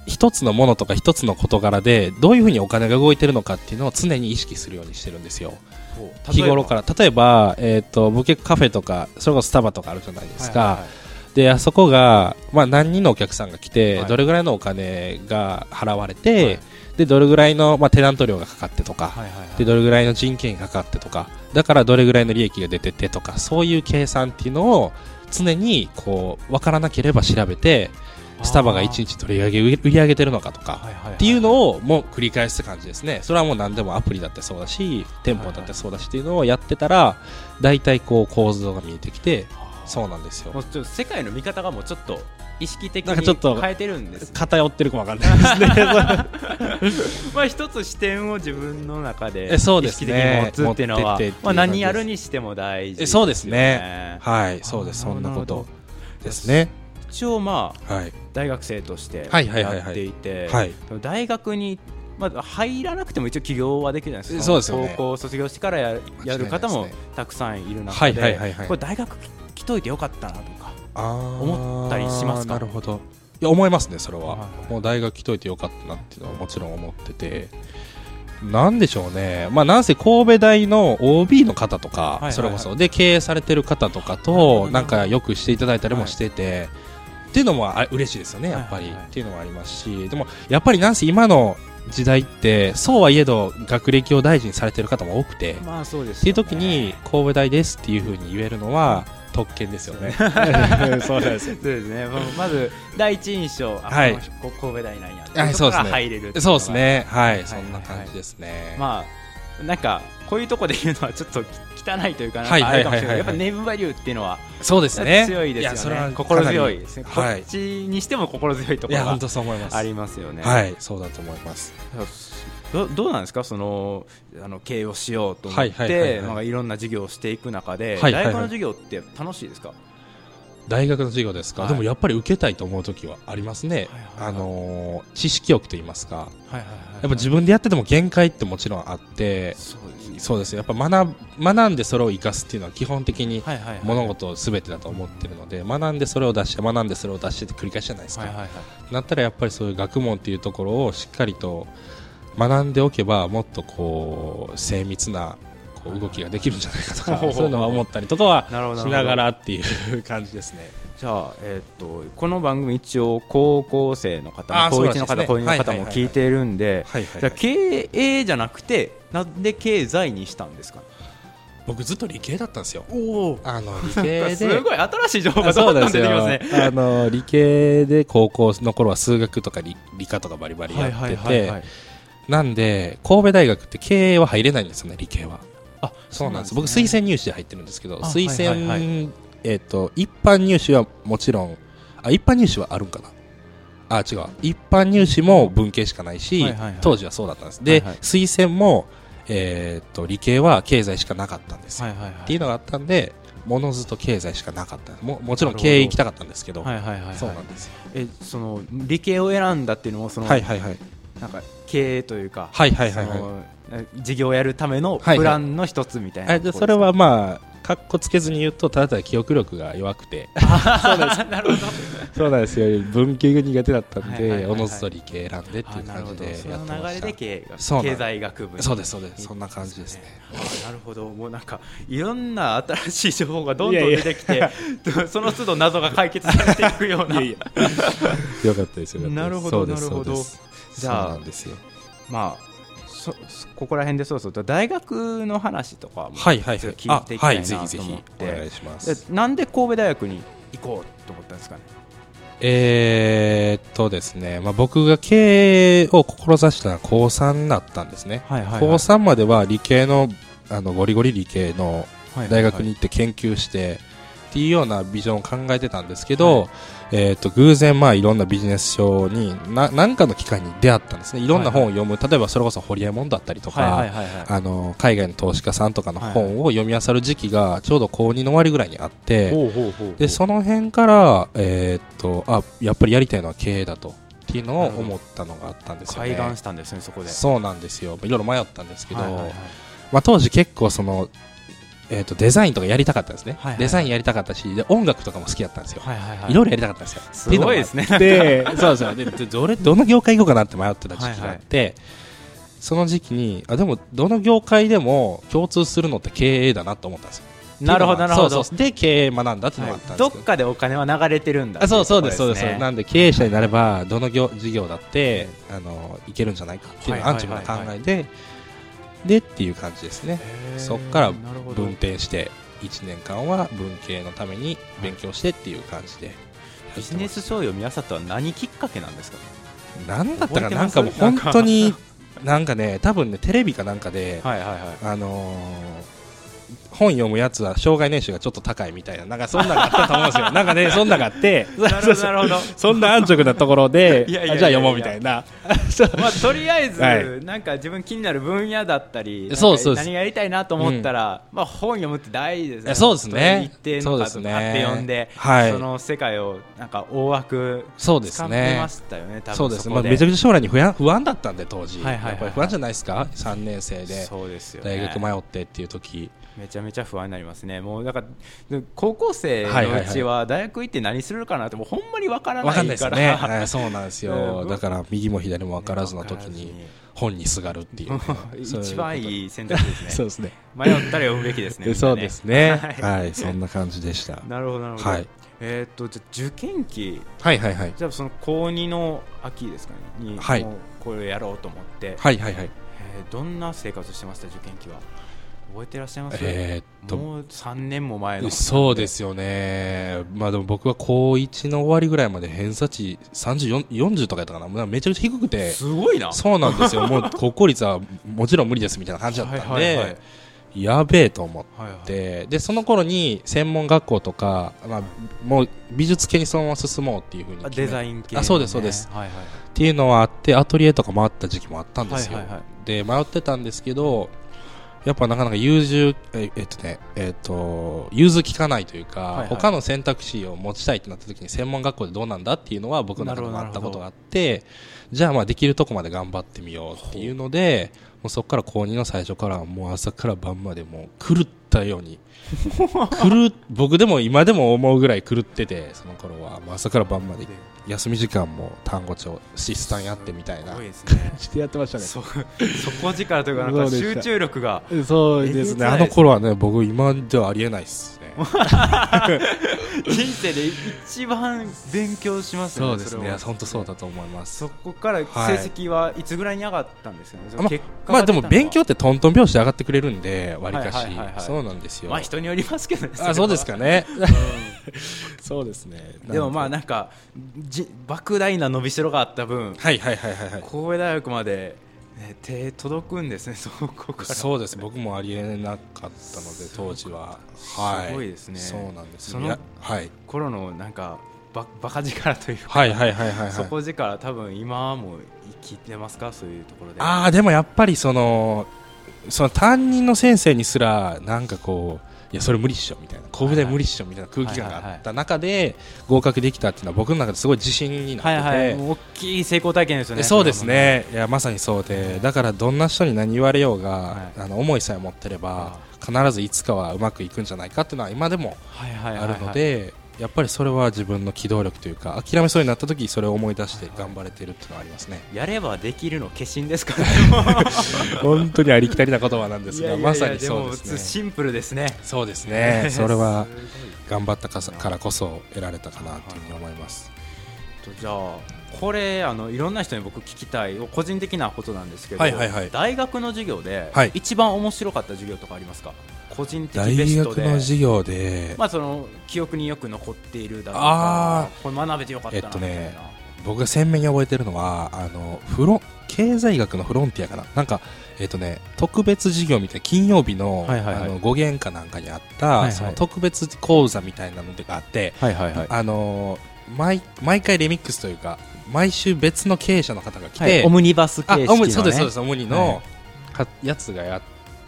Speaker 3: 一つのものとか一つの事柄でどういうふうにお金が動いてるのかっていうのを常に意識するようにしてるんですよ日頃からら例えば、えっと僕結構カフェとかそれこそスタバとかあるじゃないですか、であそこが、まあ、何人のお客さんが来て、
Speaker 2: はい
Speaker 3: どれぐらいのお金が払われて、
Speaker 2: はい
Speaker 3: でどれぐらいの、まあ、テナント料がかかってとか、
Speaker 2: はいはいはい
Speaker 3: でどれぐらいの人件費がかかってとかだからどれぐらいの利益が出ててとかそういう計算っていうのを常にこう分からなければ調べてスタバが1日どれぐらい売り売り上げてるのかとか
Speaker 2: っ
Speaker 3: っていう
Speaker 2: を
Speaker 3: のをもう繰り返す感じですねそれはもう何でもアプリだってそうだし店舗だってそうだしっていうのをやってたら大体こう構造が見えてきてそうなんですよ
Speaker 2: もうちょっと世界の見方がもうちょっと意識的
Speaker 3: なんかちょっと
Speaker 2: に変えてるんですね
Speaker 3: 偏ってるかもわかんないですね
Speaker 2: まあ一つ視点を自分の中で
Speaker 3: え
Speaker 2: 意
Speaker 3: そうです
Speaker 2: 識的
Speaker 3: ね
Speaker 2: に持つっていうの
Speaker 3: 持っ
Speaker 2: は
Speaker 3: てってっていう
Speaker 2: まあ
Speaker 3: 感じで
Speaker 2: 何
Speaker 3: す
Speaker 2: やるにしても大事
Speaker 3: えそうです
Speaker 2: よ
Speaker 3: ね はいそうですそんなこ
Speaker 2: なる
Speaker 3: と
Speaker 2: ほ
Speaker 3: ですね
Speaker 2: 一応まあ
Speaker 3: はい
Speaker 2: 大学生として
Speaker 3: はいはいはいはい
Speaker 2: やっていて
Speaker 3: はい
Speaker 2: 大学にまあ入らなくても一応起業はできるじゃないですか
Speaker 3: そうですよね
Speaker 2: 高校を卒業してからややる方
Speaker 3: 間違いない
Speaker 2: も
Speaker 3: で
Speaker 2: たくさんいる
Speaker 3: は
Speaker 2: 中
Speaker 3: いはい
Speaker 2: で
Speaker 3: はいはい
Speaker 2: これ大学来といてよかったなとか
Speaker 3: 思
Speaker 2: 思ったりしますか
Speaker 3: なるほどいや思いますねそれ
Speaker 2: はい
Speaker 3: は
Speaker 2: は
Speaker 3: もう大学来といてよかったなっていうのはもちろん思っててなんでしょうねまあなんせ神戸大の OB の方と
Speaker 2: いはいは
Speaker 3: か
Speaker 2: い
Speaker 3: それこそで経営されてる方とか
Speaker 2: なるほ
Speaker 3: と
Speaker 2: ど
Speaker 3: なんかよくしていただいたりもしててっていうのもあ嬉しいですよねやっぱり
Speaker 2: はいはいはい
Speaker 3: っていうのもありますしでもやっぱりなんせ今の時代ってそうはいえど学歴を大事にされてる方も多くて
Speaker 2: まあそうです
Speaker 3: っていう時に神戸大ですっていうふうに言えるのは特権ですよねそうで す
Speaker 2: そうですねまあまず第一印象あ
Speaker 3: はい
Speaker 2: この人神戸大なんやって
Speaker 3: はい
Speaker 2: ところから
Speaker 3: そうですね
Speaker 2: 入れるっていのが
Speaker 3: そうですね、はい、
Speaker 2: はい
Speaker 3: そんな感じですね。
Speaker 2: まあなんかこういうとこで言うのはちょっと汚いというかなん
Speaker 3: はい
Speaker 2: かあれかもしれない
Speaker 3: はいはいはいはい
Speaker 2: やっぱネームバリューっていうのは
Speaker 3: そうですね。
Speaker 2: 強いですよね
Speaker 3: やそれは
Speaker 2: 心強い
Speaker 3: か
Speaker 2: ですね、
Speaker 3: はい
Speaker 2: こっちにしても心強いとこ
Speaker 3: なりいや、
Speaker 2: ろ
Speaker 3: 本
Speaker 2: が
Speaker 3: 当そう思います。
Speaker 2: ありますよね
Speaker 3: はい、そうだと思います。
Speaker 2: どどうなんですかそのあの経営をしようと思
Speaker 3: は
Speaker 2: っ
Speaker 3: いはいはい
Speaker 2: て
Speaker 3: はい
Speaker 2: なんかいろんな授業をしていく中で、
Speaker 3: はいはいはい
Speaker 2: 大学の授業って楽しいですか、
Speaker 3: 大学の授業ですか、
Speaker 2: はい
Speaker 3: でもやっぱり受けたいと思う時はありますね。
Speaker 2: はいはいはい
Speaker 3: あのー知識欲と言いますか、
Speaker 2: はいはい
Speaker 3: やっぱ自分でやってても限界ってもちろんあって、
Speaker 2: そうですね
Speaker 3: そうですね。やっぱ学学んでそれを生かすっていうのは基本的に
Speaker 2: はいはいはい
Speaker 3: 物事すべてだと思ってるので、学んでそれを出して学んでそれを出してって繰り返しじゃないですか。
Speaker 2: はいはいはい
Speaker 3: なったらやっぱりそういう学問っていうところをしっかりと学んでおけばもっとこう精密なこう動きができるんじゃないかと かそういうのは思ったりとかは
Speaker 2: なるほど
Speaker 3: し
Speaker 2: るほど
Speaker 3: ながらっていう感じですね。
Speaker 2: じゃあ、えーっとこの番組一応高校生の方
Speaker 3: あー
Speaker 2: も高1の
Speaker 3: そうなんですね
Speaker 2: 方高2の方
Speaker 3: はいはいはい
Speaker 2: も
Speaker 3: はい
Speaker 2: 聞いてるんで
Speaker 3: はいはい
Speaker 2: じゃあ経営じゃなくてなんで経済にしたんですか
Speaker 3: 僕ずっと理系だったんですよ。
Speaker 2: おお
Speaker 3: あの理系 です
Speaker 2: ごい新しい情報が
Speaker 3: あ
Speaker 2: ど
Speaker 3: そうんな
Speaker 2: ど
Speaker 3: ん
Speaker 2: ん
Speaker 3: で
Speaker 2: 出て
Speaker 3: す
Speaker 2: き
Speaker 3: よ
Speaker 2: ますね
Speaker 3: あの理系で高校の頃は数学とか理理科とかバリバリやってて
Speaker 2: い
Speaker 3: なんで神戸大学って経営は入れないんですよね理系は。
Speaker 2: あ
Speaker 3: そうなんです僕推薦入試で入ってるんですけど
Speaker 2: あ
Speaker 3: 推薦、
Speaker 2: はいはい
Speaker 3: えっ、と一般入試はもちろんあ一般入試はあるんかなあ違う一般入試も文系しかないし、
Speaker 2: はいはいはい
Speaker 3: 当時はそうだったんですで、
Speaker 2: はいはい
Speaker 3: 推薦も、えっと理系は経済しかなかったんですよ、
Speaker 2: はいはいはい
Speaker 3: っていうのがあったんでものずと経済しかなかったももちろん
Speaker 2: なるほど
Speaker 3: 経営行きたかったんですけど
Speaker 2: はいはいはいはい
Speaker 3: そうなんですよ
Speaker 2: えその理系を選んだっていうのもその、
Speaker 3: はいはいはい
Speaker 2: なんか経営というか、
Speaker 3: はいはいはい
Speaker 2: そ
Speaker 3: はい
Speaker 2: のえ事業をやるための
Speaker 3: はいはい
Speaker 2: プランの一つみたいな
Speaker 3: あ
Speaker 2: とこ
Speaker 3: で
Speaker 2: です
Speaker 3: そ
Speaker 2: か、
Speaker 3: れはまあかっこつけずに言うとただただ記憶力が 弱くて
Speaker 2: なるほど
Speaker 3: そうなんですよ文系が苦手だったん
Speaker 2: はいはいはい
Speaker 3: で
Speaker 2: はい
Speaker 3: おのずと理系選んでってい
Speaker 2: あ
Speaker 3: う
Speaker 2: なる
Speaker 3: 感
Speaker 2: ほ
Speaker 3: じ
Speaker 2: ど
Speaker 3: で
Speaker 2: そ
Speaker 3: やって
Speaker 2: の
Speaker 3: ま
Speaker 2: 流れ
Speaker 3: し
Speaker 2: で
Speaker 3: た
Speaker 2: 経
Speaker 3: そうなん
Speaker 2: 経済学部に
Speaker 3: そうですそうですそんな感じですね
Speaker 2: あなるほどもうなんかいろんな新しい情報がどんどん出てきて その都度謎が解決されていくような
Speaker 3: よかったですよかったです
Speaker 2: なるほど
Speaker 3: そうです
Speaker 2: なるほど
Speaker 3: そうです
Speaker 2: じゃあ
Speaker 3: そうなんですよ
Speaker 2: まあそそここら辺でそうそうと大学の話とかも
Speaker 3: はいはい
Speaker 2: ちょっ
Speaker 3: はい
Speaker 2: と聞いていきたいなと
Speaker 3: あは
Speaker 2: 思
Speaker 3: いぜ
Speaker 2: っ
Speaker 3: ひぜひお願い
Speaker 2: て
Speaker 3: しま
Speaker 2: ですなんで神戸大学に行こうと思ったんですかね
Speaker 3: えーっとですねまあ僕が経営を志したのは高3だったんですね
Speaker 2: はいはいはい
Speaker 3: 高3までは理系のあのゴリゴリ理系の大学に行って研究してっていうようなビジョンを考えてたんですけど、えっと偶然まあいろんなビジネス書にな何かの機会に出会ったんですねいろんな本を読む、例えばそれこそホリエモンだったりとか、
Speaker 2: はいはいはいはい
Speaker 3: あの海外の投資家さんとかの本を読み漁る時期がちょうど高2の終わりぐらいにあって、
Speaker 2: ほうほうほうほう
Speaker 3: でその辺から、えっとあやっぱりやりたいのは経営だとっていうのを思ったのがあったんですよ
Speaker 2: 開
Speaker 3: ね。
Speaker 2: 眼したんですねそこで
Speaker 3: そうなんですよいろいろ迷ったんですけど、
Speaker 2: はいはいはい
Speaker 3: まあ、当時結構その、えー、とデザインとかやりたかったんですね、
Speaker 2: はいはい
Speaker 3: デザインやりたかったしで音楽とかも好きだったんですよ、、
Speaker 2: はいはいはい
Speaker 3: ろいろやりたかったんですよ
Speaker 2: すごいですね
Speaker 3: ってうのもあってそうそうででどれどの業界行こうかなって迷ってた時期があって、その時期にあでもどの業界でも共通するのって経営だなと思ったんですよ
Speaker 2: なるほどなるほど
Speaker 3: そうそうで経営学んだっていうのがあったんです
Speaker 2: どっ
Speaker 3: けど、
Speaker 2: かでお金は流れてるんだ
Speaker 3: あそうそうですそうです、
Speaker 2: ね
Speaker 3: なんで経営者になればどの業事業だって、あのいけるんじゃないかっていうのがアンチの考
Speaker 2: はいはいはい
Speaker 3: えででっていう感じですね
Speaker 2: へー
Speaker 3: そっから
Speaker 2: なるほど
Speaker 3: 分店して1年間は文系のために勉強してっていう感じで
Speaker 2: ビジネス書を読み漁ったは何きっかけなんですか
Speaker 3: 何だった
Speaker 2: 覚え
Speaker 3: か
Speaker 2: て
Speaker 3: な
Speaker 2: ま
Speaker 3: ん
Speaker 2: す
Speaker 3: かもう本当になんかね多分ねテレビかなんかで、
Speaker 2: はいはいはい
Speaker 3: あのー本読むやつは障害年収がちょっと高いみたいななんかそんなのがあったと思うんです よなんかねそんなのがあって
Speaker 2: なるほどなるほど
Speaker 3: そんな安直なところで
Speaker 2: いやいやいや
Speaker 3: あじゃあ読もうみたいなそう
Speaker 2: まあ、とりあえず、
Speaker 3: はい
Speaker 2: なんか自分気になる分野だったりなんか
Speaker 3: そうそうです
Speaker 2: 何やりたいなと思ったら、まあ、本読むって大事です
Speaker 3: えそうですね
Speaker 2: 一定の数
Speaker 3: そうです
Speaker 2: 買
Speaker 3: ね
Speaker 2: って読んでそ
Speaker 3: はい
Speaker 2: の世界をなんか大枠
Speaker 3: そうです
Speaker 2: 掴
Speaker 3: ね
Speaker 2: んでましたよね多分
Speaker 3: そうですね、
Speaker 2: こ
Speaker 3: まあ、
Speaker 2: で
Speaker 3: めちゃくちゃ将来に不安不安だったんで当時、
Speaker 2: はいはいはいはい
Speaker 3: やっぱり不安じゃないですか3年生で
Speaker 2: そうですよね
Speaker 3: 大学迷ってっていう時
Speaker 2: めちゃめちゃ不安になりますねもうだからで高校生
Speaker 3: はいは
Speaker 2: の
Speaker 3: いうはい
Speaker 2: ちは大学行って何するかなってもうほんまにわから
Speaker 3: わ
Speaker 2: ないか
Speaker 3: かん
Speaker 2: ら
Speaker 3: ないですよ ね、はい、そうなんです
Speaker 2: う
Speaker 3: よ
Speaker 2: ん
Speaker 3: だから右も左も分からずの
Speaker 2: ね
Speaker 3: 時に本にすがるっていうね、そういうこと
Speaker 2: 一番いい選択ですね
Speaker 3: そうですね
Speaker 2: 迷ったら読むべきですねみんなね
Speaker 3: そうですね
Speaker 2: はい
Speaker 3: はいそんな感じでした
Speaker 2: なるほどなるほど、
Speaker 3: はい
Speaker 2: えーっとじゃあ受験期
Speaker 3: はいはいはい
Speaker 2: じゃあその高2の秋ですかねに、
Speaker 3: はい
Speaker 2: もうこれをやろうと思って、
Speaker 3: はいはいはい
Speaker 2: えーどんな生活してました受験期は覚えてらっしゃいます
Speaker 3: えーっと
Speaker 2: もう3年も前の
Speaker 3: そうですよね、まあ、でも僕は高1の終わりぐらいまで偏差値34 40とかやったかな、まあめちゃくちゃ低くて、
Speaker 2: すごいな
Speaker 3: そうなんですよ、もう国公立はもちろん無理ですみたいな感じだったんで、
Speaker 2: はいはいはい
Speaker 3: やべえと思っ
Speaker 2: はいはい
Speaker 3: て、でその頃に専門学校とか、まあ、もう美術系にそのまま進もうっていうふうに
Speaker 2: あ
Speaker 3: 決め
Speaker 2: デザイン系、
Speaker 3: あそうですそうです
Speaker 2: はいはい
Speaker 3: っていうのはあってアトリエとか回った時期もあったんですよ、
Speaker 2: はいはいはい
Speaker 3: で迷ってたんですけどやっぱなかなか融通ええっとねえっと融通きかないというか、
Speaker 2: はいはい
Speaker 3: 他の選択肢を持ちたいってなった時に専門学校でどうなんだっていうのは僕の中でもあったことがあってじゃあまあできるとこまで頑張ってみようっていうのでもうそこから高2の最初からもう朝から晩までもう狂ったように狂っ僕でも今でも思うぐらい狂っててその頃はもう朝から晩まで休み時間も単語帳シスタンやってみたいな
Speaker 2: すごいですね
Speaker 3: してやってましたね
Speaker 2: そ底力というかなんか
Speaker 3: そうでし
Speaker 2: 集
Speaker 3: た
Speaker 2: 中力が
Speaker 3: そう
Speaker 2: えげ
Speaker 3: です
Speaker 2: つ
Speaker 3: ね
Speaker 2: ない
Speaker 3: あの頃はね僕今ではありえないですね
Speaker 2: 人生で一番勉強します
Speaker 3: そ
Speaker 2: よ
Speaker 3: う
Speaker 2: ね
Speaker 3: です
Speaker 2: れ
Speaker 3: ね
Speaker 2: は
Speaker 3: 本当そうだと思います
Speaker 2: そこから成績はいつぐらいに上がったんですかね、その
Speaker 3: ま
Speaker 2: 結果
Speaker 3: まあ
Speaker 2: が
Speaker 3: で
Speaker 2: 出た
Speaker 3: も
Speaker 2: のは
Speaker 3: 勉強ってトントン拍子で上がってくれるんでわりかし、
Speaker 2: はいはいはいはい
Speaker 3: そうなんですよ、
Speaker 2: まあ人によりますけどねれは
Speaker 3: あそうですかねそう ですね
Speaker 2: でもまあ
Speaker 3: な
Speaker 2: なんんかじ莫大な伸びしろがあった分
Speaker 3: はいはいはいはいは
Speaker 2: 神
Speaker 3: い
Speaker 2: 戸大学まで、ね、手届くんですねそ こから
Speaker 3: そうです僕もありえなかったので当時ははい
Speaker 2: すごいですね
Speaker 3: そうなんです
Speaker 2: その
Speaker 3: いやはい
Speaker 2: 頃のなんかババカ力というか、
Speaker 3: はいはいはいはいはい
Speaker 2: 底力多分今も生きてますかそういうところで
Speaker 3: ああでもやっぱりそのその担任の先生にすらなんかこういやそれ無理っしょみたいな甲府で無理っしょみたいな空気感があった中で合格できたっていうのは僕の中ですごい自信にな
Speaker 2: はいはい、
Speaker 3: ってて
Speaker 2: もう大きい成功体験ですよね
Speaker 3: そうですねいやまさにそうでだからどんな人に何言われようが
Speaker 2: はい
Speaker 3: あの思いさえ持ってれば必ずいつかはうまくいくんじゃないかっていうのは今でも
Speaker 2: はいはいはい
Speaker 3: あ
Speaker 2: はい
Speaker 3: るのでやっぱりそれは自分の機動力というか諦めそうになった時それを思い出して頑張れてるっていうのはありますね
Speaker 2: やればできるの化身ですからね
Speaker 3: 本当にありきたりな言葉なんです
Speaker 2: いや
Speaker 3: が
Speaker 2: いやいや
Speaker 3: まさにそうです
Speaker 2: も
Speaker 3: ね
Speaker 2: シンプルですね
Speaker 3: そうですね。 それは
Speaker 2: すごい
Speaker 3: 頑張ったかさからこそ得られたかなというふうに思います。
Speaker 2: とじゃあこれあのいろんな人に僕聞きたい個人的なことなんですけど、
Speaker 3: はいはいはい
Speaker 2: 大学の授業で、
Speaker 3: はい
Speaker 2: 一番面白かった授業とかありますか個人的
Speaker 3: 大
Speaker 2: ベスト
Speaker 3: 学
Speaker 2: で
Speaker 3: の授業で、
Speaker 2: まあその記憶によく残っているだと
Speaker 3: あ
Speaker 2: かこれ学べてよかったな
Speaker 3: え
Speaker 2: み
Speaker 3: ったと
Speaker 2: いな、
Speaker 3: ね僕が鮮明に覚えてるのはあのフロン経済学のフロンティアかな。なんかえっ、とね特別授業みたいな金曜日の、
Speaker 2: はいはいはい
Speaker 3: あの語源かなんかにあった、
Speaker 2: いはい
Speaker 3: その特別講座みたいなのがあって、
Speaker 2: はいはいはい
Speaker 3: あの毎毎回レミックスというか毎週別の経営者の方が来て、
Speaker 2: オムニバス
Speaker 3: あ
Speaker 2: 形式
Speaker 3: オ
Speaker 2: の、
Speaker 3: ム
Speaker 2: ね、
Speaker 3: そうですそうですオムニ
Speaker 2: は
Speaker 3: のかやつがやっ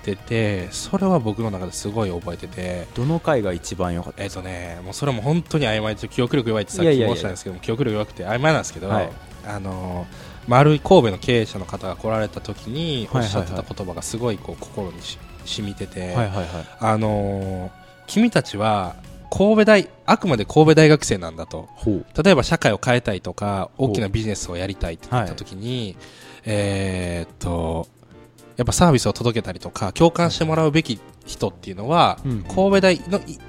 Speaker 3: ててそれは僕の中ですごい覚えてて
Speaker 2: どの回が一番良かった
Speaker 3: えっ、とねもうそれも本当に曖昧と記憶力弱いってさっ
Speaker 2: いや
Speaker 3: き
Speaker 2: いやいや
Speaker 3: 申したんですけども記憶力弱くて曖昧なんですけど、
Speaker 2: はい
Speaker 3: あのー丸い神戸の経営者の方が来られた時にお
Speaker 2: はいは
Speaker 3: っ
Speaker 2: い
Speaker 3: し
Speaker 2: はい
Speaker 3: ゃってた言葉がすごいこう心にし染みてて、
Speaker 2: はいはいはい
Speaker 3: あのー君たちは神戸大あくまで神戸大学生なんだと
Speaker 2: ほう
Speaker 3: 例えば社会を変えたいとか
Speaker 2: ほう
Speaker 3: 大きなビジネスをやりたいってなった時に、えーっとやっぱサービスを届けたりとか共感してもらうべき人っていうのは、
Speaker 2: うん
Speaker 3: 神戸大のい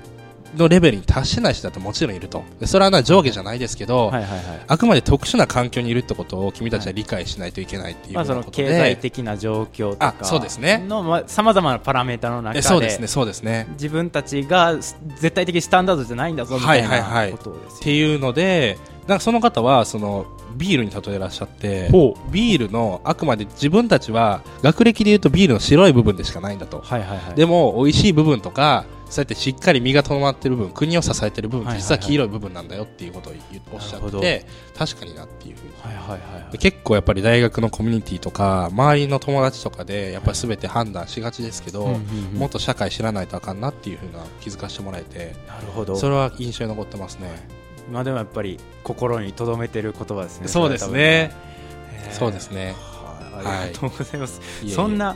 Speaker 3: のレベルに達してない人だってもちろんいるとでそれはな上下じゃないですけど、
Speaker 2: はいはいはい
Speaker 3: あくまで特殊な環境にいるってことを君たちは理解しないといけないってい
Speaker 2: ま
Speaker 3: うよ
Speaker 2: あ、
Speaker 3: う
Speaker 2: そ
Speaker 3: な
Speaker 2: の
Speaker 3: こと
Speaker 2: 経
Speaker 3: で、
Speaker 2: 済的な状況とか
Speaker 3: あそうですね
Speaker 2: のさまざ、まなパラメータの中で
Speaker 3: えそうですねそうですね
Speaker 2: 自分たちがす絶対的スタンダードじゃないんだぞみたい
Speaker 3: はいはいは
Speaker 2: ないことですよ
Speaker 3: っていうのでなんかその方はそのビールに例えらっしゃって
Speaker 4: ほ
Speaker 3: ビールのあくまで自分たちは学歴でいうとビールの白い部分でしかないんだと、
Speaker 4: はいはいはい
Speaker 3: でも美味しい部分とかそうやってしっかり身がとどまってる部分国を支えてる部分
Speaker 4: は
Speaker 3: っ
Speaker 4: いはいは
Speaker 3: て
Speaker 4: い
Speaker 3: 実は黄色い部分なんだよっていうことを言うおっしゃ
Speaker 4: なる
Speaker 3: っ
Speaker 4: ほど
Speaker 3: て確かになっていうふうに
Speaker 4: はいはいはいはい
Speaker 3: 結構やっぱり大学のコミュニティとか周りの友達とかでやっぱり全て判断しがちですけど、
Speaker 4: うんうんうん
Speaker 3: もっと社会知らないとあかんなっていうふうな気づかせてもらえて
Speaker 2: なるほど
Speaker 3: それは印象に残ってますね、
Speaker 2: まあでもやっぱり心に留めてる言葉ですねれは多分
Speaker 3: そうですね
Speaker 2: はい
Speaker 3: はい
Speaker 2: ありがとうございます、
Speaker 3: いえいえ
Speaker 2: そんな、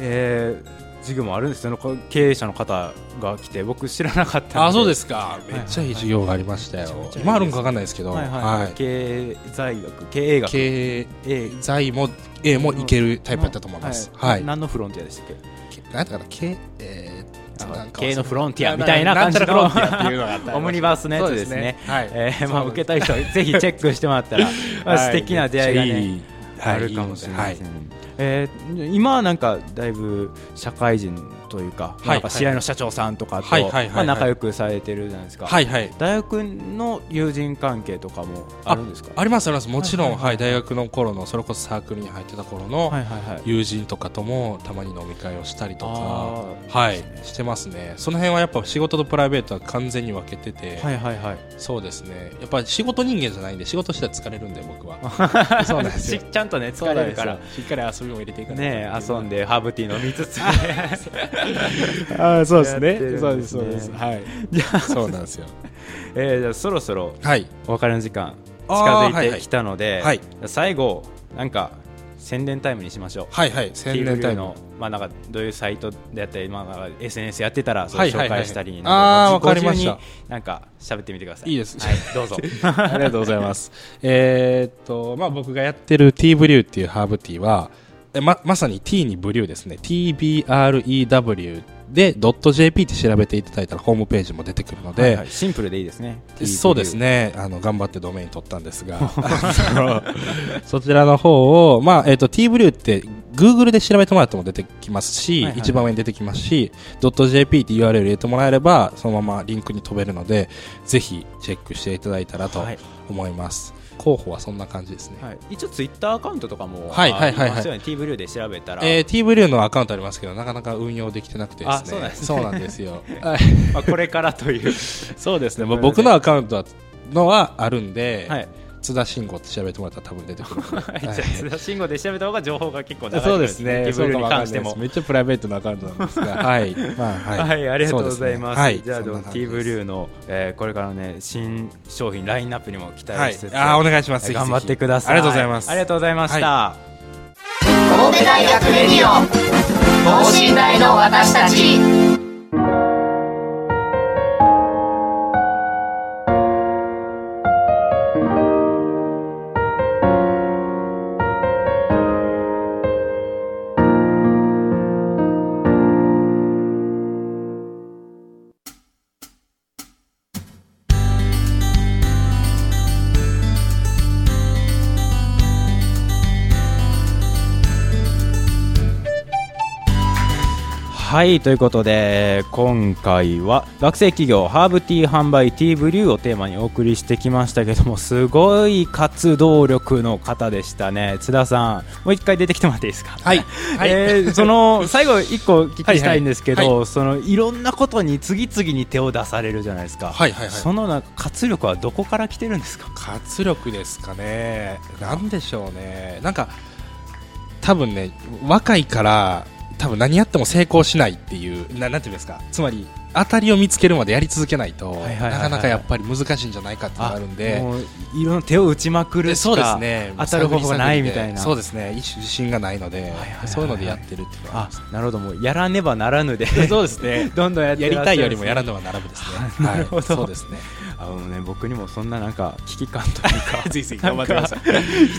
Speaker 2: えー、授業もあるんですよねこう経営者の方が来て僕知らなかったの
Speaker 3: あそうですすか
Speaker 2: い
Speaker 3: めっちゃいい授業がありましたよ、
Speaker 2: めちゃめちゃいいです
Speaker 3: 今あるんか分かんないですけど、
Speaker 2: はいはい、
Speaker 3: はい
Speaker 2: 経済学経営学
Speaker 3: 経
Speaker 2: 営
Speaker 3: 済も A もいけるタイプやったと思います、はい
Speaker 2: 何のフロンティアでしたっけ
Speaker 3: なんだかな経えー
Speaker 2: あ
Speaker 3: なんか忘れた
Speaker 2: 経営のフロンティアみたいな感じの
Speaker 3: んたらフロンティアっていうのがあっ た
Speaker 2: オムニバースのやつですね
Speaker 3: はい
Speaker 2: えーまあ、
Speaker 3: そうなん
Speaker 2: 受
Speaker 3: です
Speaker 2: けたい人はぜひチェックしてもらった ら、まあ、素敵な出会いが、ね
Speaker 3: めっちゃいいはい
Speaker 2: あるかもしれないです
Speaker 3: は
Speaker 2: ね、えー今はなんかだいぶ社会人というか,、
Speaker 3: い
Speaker 2: なんか試合の社長さんとかと、
Speaker 3: はいはいはいはい
Speaker 2: まあ、仲良くされてるじゃないですか、
Speaker 3: はいはい
Speaker 2: 大学の友人関係とかもあるんですか
Speaker 3: ありますありますもちろん、
Speaker 2: は
Speaker 3: はいい
Speaker 2: はいはい
Speaker 3: 大学の頃のそれこそサークルに入ってた頃の
Speaker 2: はいはいはい
Speaker 3: 友人とかともたまに飲み会をしたりと
Speaker 2: あ
Speaker 3: かはいしてますねその辺はやっぱ仕事とプライベートは完全に分けてて、
Speaker 2: はいはいはい
Speaker 3: そうですねやっぱり仕事人間じゃないんで仕事したら疲れるんで 僕はそうなんですよ
Speaker 2: しちゃんとね疲れるから
Speaker 3: しっかり遊びも入れていかない
Speaker 2: ね
Speaker 3: と
Speaker 2: 遊んでハーブティー飲みつ つ
Speaker 3: あそう
Speaker 2: ですねやって るんですねそうですそうです
Speaker 3: はいじゃそうなんです よ
Speaker 2: えーじゃあそろそろ
Speaker 3: はい
Speaker 2: お別れの時間近
Speaker 3: あー
Speaker 2: づいてきたので、
Speaker 3: はいはい
Speaker 2: 最後なんか宣伝タイムにしましょう
Speaker 3: はいはい
Speaker 2: ティ
Speaker 3: 宣
Speaker 2: ー
Speaker 3: 伝
Speaker 2: ブル
Speaker 3: タ
Speaker 2: ー
Speaker 3: イム
Speaker 2: の、まあ、なんかどういうサイトであったり、まあなんか、SNS やってたらそれ
Speaker 3: はいは
Speaker 2: 紹
Speaker 3: いはい
Speaker 2: 介したり、
Speaker 3: あー
Speaker 2: なんか
Speaker 3: わかりました
Speaker 2: ご自由になんか喋ってみてください
Speaker 3: いいです
Speaker 2: はい、どう ぞ
Speaker 3: ありがとうございます。 えーっと、まあ、僕がやってるティーブリューっていうハーブティーは、えままさに T にブリューですね。TBREW で .jp って調べていただいたらホームページも出てくるので、
Speaker 2: はいはいシンプルでいいですね
Speaker 3: そうです
Speaker 2: ね
Speaker 3: ねあの頑張ってドメイン取ったんですがあの そちらの方を、まあえー、と T ブリューって Google で調べてもらっても出てきますし、
Speaker 2: はいはい
Speaker 3: 一番上に出てきますし .jp って URL 入れてもらえればそのままリンクに飛べるのでぜひチェックしていただいたらと
Speaker 2: はい
Speaker 3: 思います、候補はそんな感じですね、
Speaker 2: はい、一応ツイッターアカウントとかも、
Speaker 3: はいはいはいはい
Speaker 2: ありますよね T ブルーで調べたら、
Speaker 3: えー、T ブリューのアカウントありますけどなかなか運用できてなくてで
Speaker 2: あそうなんですすね
Speaker 3: ねそうなんです よはい
Speaker 2: まあ、これからという
Speaker 3: そ うですね、まあ、僕のアカウントはのはあるんで、
Speaker 2: はい
Speaker 3: 津田慎吾って調べてもらったら多分出てくると思う
Speaker 2: はいじゃあ津田慎吾で調べた方が情報が結構流れてく
Speaker 3: そ
Speaker 2: る
Speaker 3: うですね。
Speaker 2: T ブルー
Speaker 3: そうか
Speaker 2: に
Speaker 3: わかん
Speaker 2: 関
Speaker 3: ない
Speaker 2: して
Speaker 3: で
Speaker 2: も
Speaker 3: すめっちゃプライベートなアカウントな んですが、はい、まあはい、
Speaker 2: はい、ありがとうございます。
Speaker 3: そうでね
Speaker 2: じゃあ、でも T ブ
Speaker 3: ー
Speaker 2: ルーの、えーこれからのね、新商品ラインナップにも期
Speaker 3: は
Speaker 2: 待
Speaker 3: い
Speaker 2: しつつ、、
Speaker 3: あーお願いします。ぜひぜ
Speaker 2: 頑
Speaker 3: ひ
Speaker 2: 張ってください。
Speaker 3: ありがとうございます。
Speaker 2: ありがとうございました。
Speaker 1: 神戸大学レディオ等身大の私たち
Speaker 2: はいということで今回は学生企業ハーブティー販売ティーブリューをテーマにお送りしてきましたけどもすごい活動力の方でしたね津田さんもう一回出てきてもらっていいですか
Speaker 3: はい、はい、
Speaker 2: え ーその最後一個お聞きしたいんですけど、
Speaker 3: はいいは
Speaker 2: そのいろんなことに次々に手を出されるじゃないですか、
Speaker 3: はいはいはい
Speaker 2: そのなんか活力はどこから来てるんですか
Speaker 3: 活力ですかね。なんでしょうね。なんか多分ね、若いから多分何やっても成功しないっていうななんていうんですか。つまり当たりを見つけるまでやり続けないと、
Speaker 2: いはいはいはい
Speaker 3: なかなかやっぱり難しいんじゃないかっていうのがあるんで。
Speaker 2: もういろんな手を打ちまくる
Speaker 3: で
Speaker 2: しか
Speaker 3: そうですね
Speaker 2: 当たる方法がないみたいな
Speaker 3: そうですね一種自信がないので、
Speaker 2: はいはい
Speaker 3: そういうのでやってるっていうのは
Speaker 2: あなるほどもうやらねばならぬで
Speaker 3: そうですね
Speaker 2: どんどんやって
Speaker 3: やり
Speaker 2: らっしゃ
Speaker 3: た
Speaker 2: る
Speaker 3: いよりもやら
Speaker 2: ん
Speaker 3: ぬは並ぶですね
Speaker 2: あなるほど
Speaker 3: はい、そうですね
Speaker 2: ですねあのね僕にもそんななんか危機感というか
Speaker 3: ぜひぜひ頑張ってください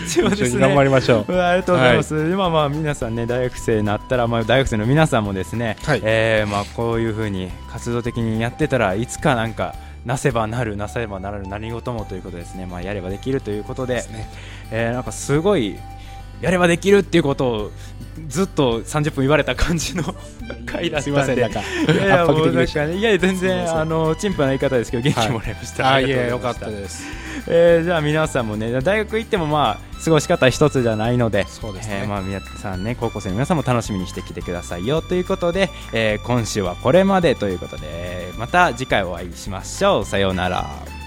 Speaker 2: 必要ですね
Speaker 3: 一緒に頑張りまし ょう
Speaker 2: うわありがとうございます、今まあ皆さんね大学生になったら、まあ、大学生の皆さんもですね、
Speaker 3: はい
Speaker 2: えーまあこういうふうに活動的にやってたらいつかなんかなせばなるなせばならぬ何事もということですね、まあ、やればできるということで
Speaker 3: ですね
Speaker 2: えーなんかすごいやればできるっていうことをずっと30分言われた感じ の回だ ったんです
Speaker 3: いませんなんか
Speaker 2: いやいや
Speaker 3: 圧迫
Speaker 2: もう
Speaker 3: 的
Speaker 2: な
Speaker 3: で
Speaker 2: ん
Speaker 3: し
Speaker 2: かねいや全
Speaker 3: すいませ
Speaker 2: 然
Speaker 3: ん
Speaker 2: あのチンパな言い方ですけど元気もらいました、
Speaker 3: たあ
Speaker 2: り
Speaker 3: い
Speaker 2: がと
Speaker 3: や
Speaker 2: う
Speaker 3: よ
Speaker 2: ござ
Speaker 3: か
Speaker 2: いま
Speaker 3: っ
Speaker 2: した
Speaker 3: です
Speaker 2: えーじゃあ皆さんもね大学行ってもまあ過ごし方は一つじゃないので
Speaker 3: そうですね
Speaker 2: えーまあ皆さんね高校生の皆さんも楽しみにしてきてくださいよということで、えー今週はこれまでということでまた次回お会いしましょうさようなら。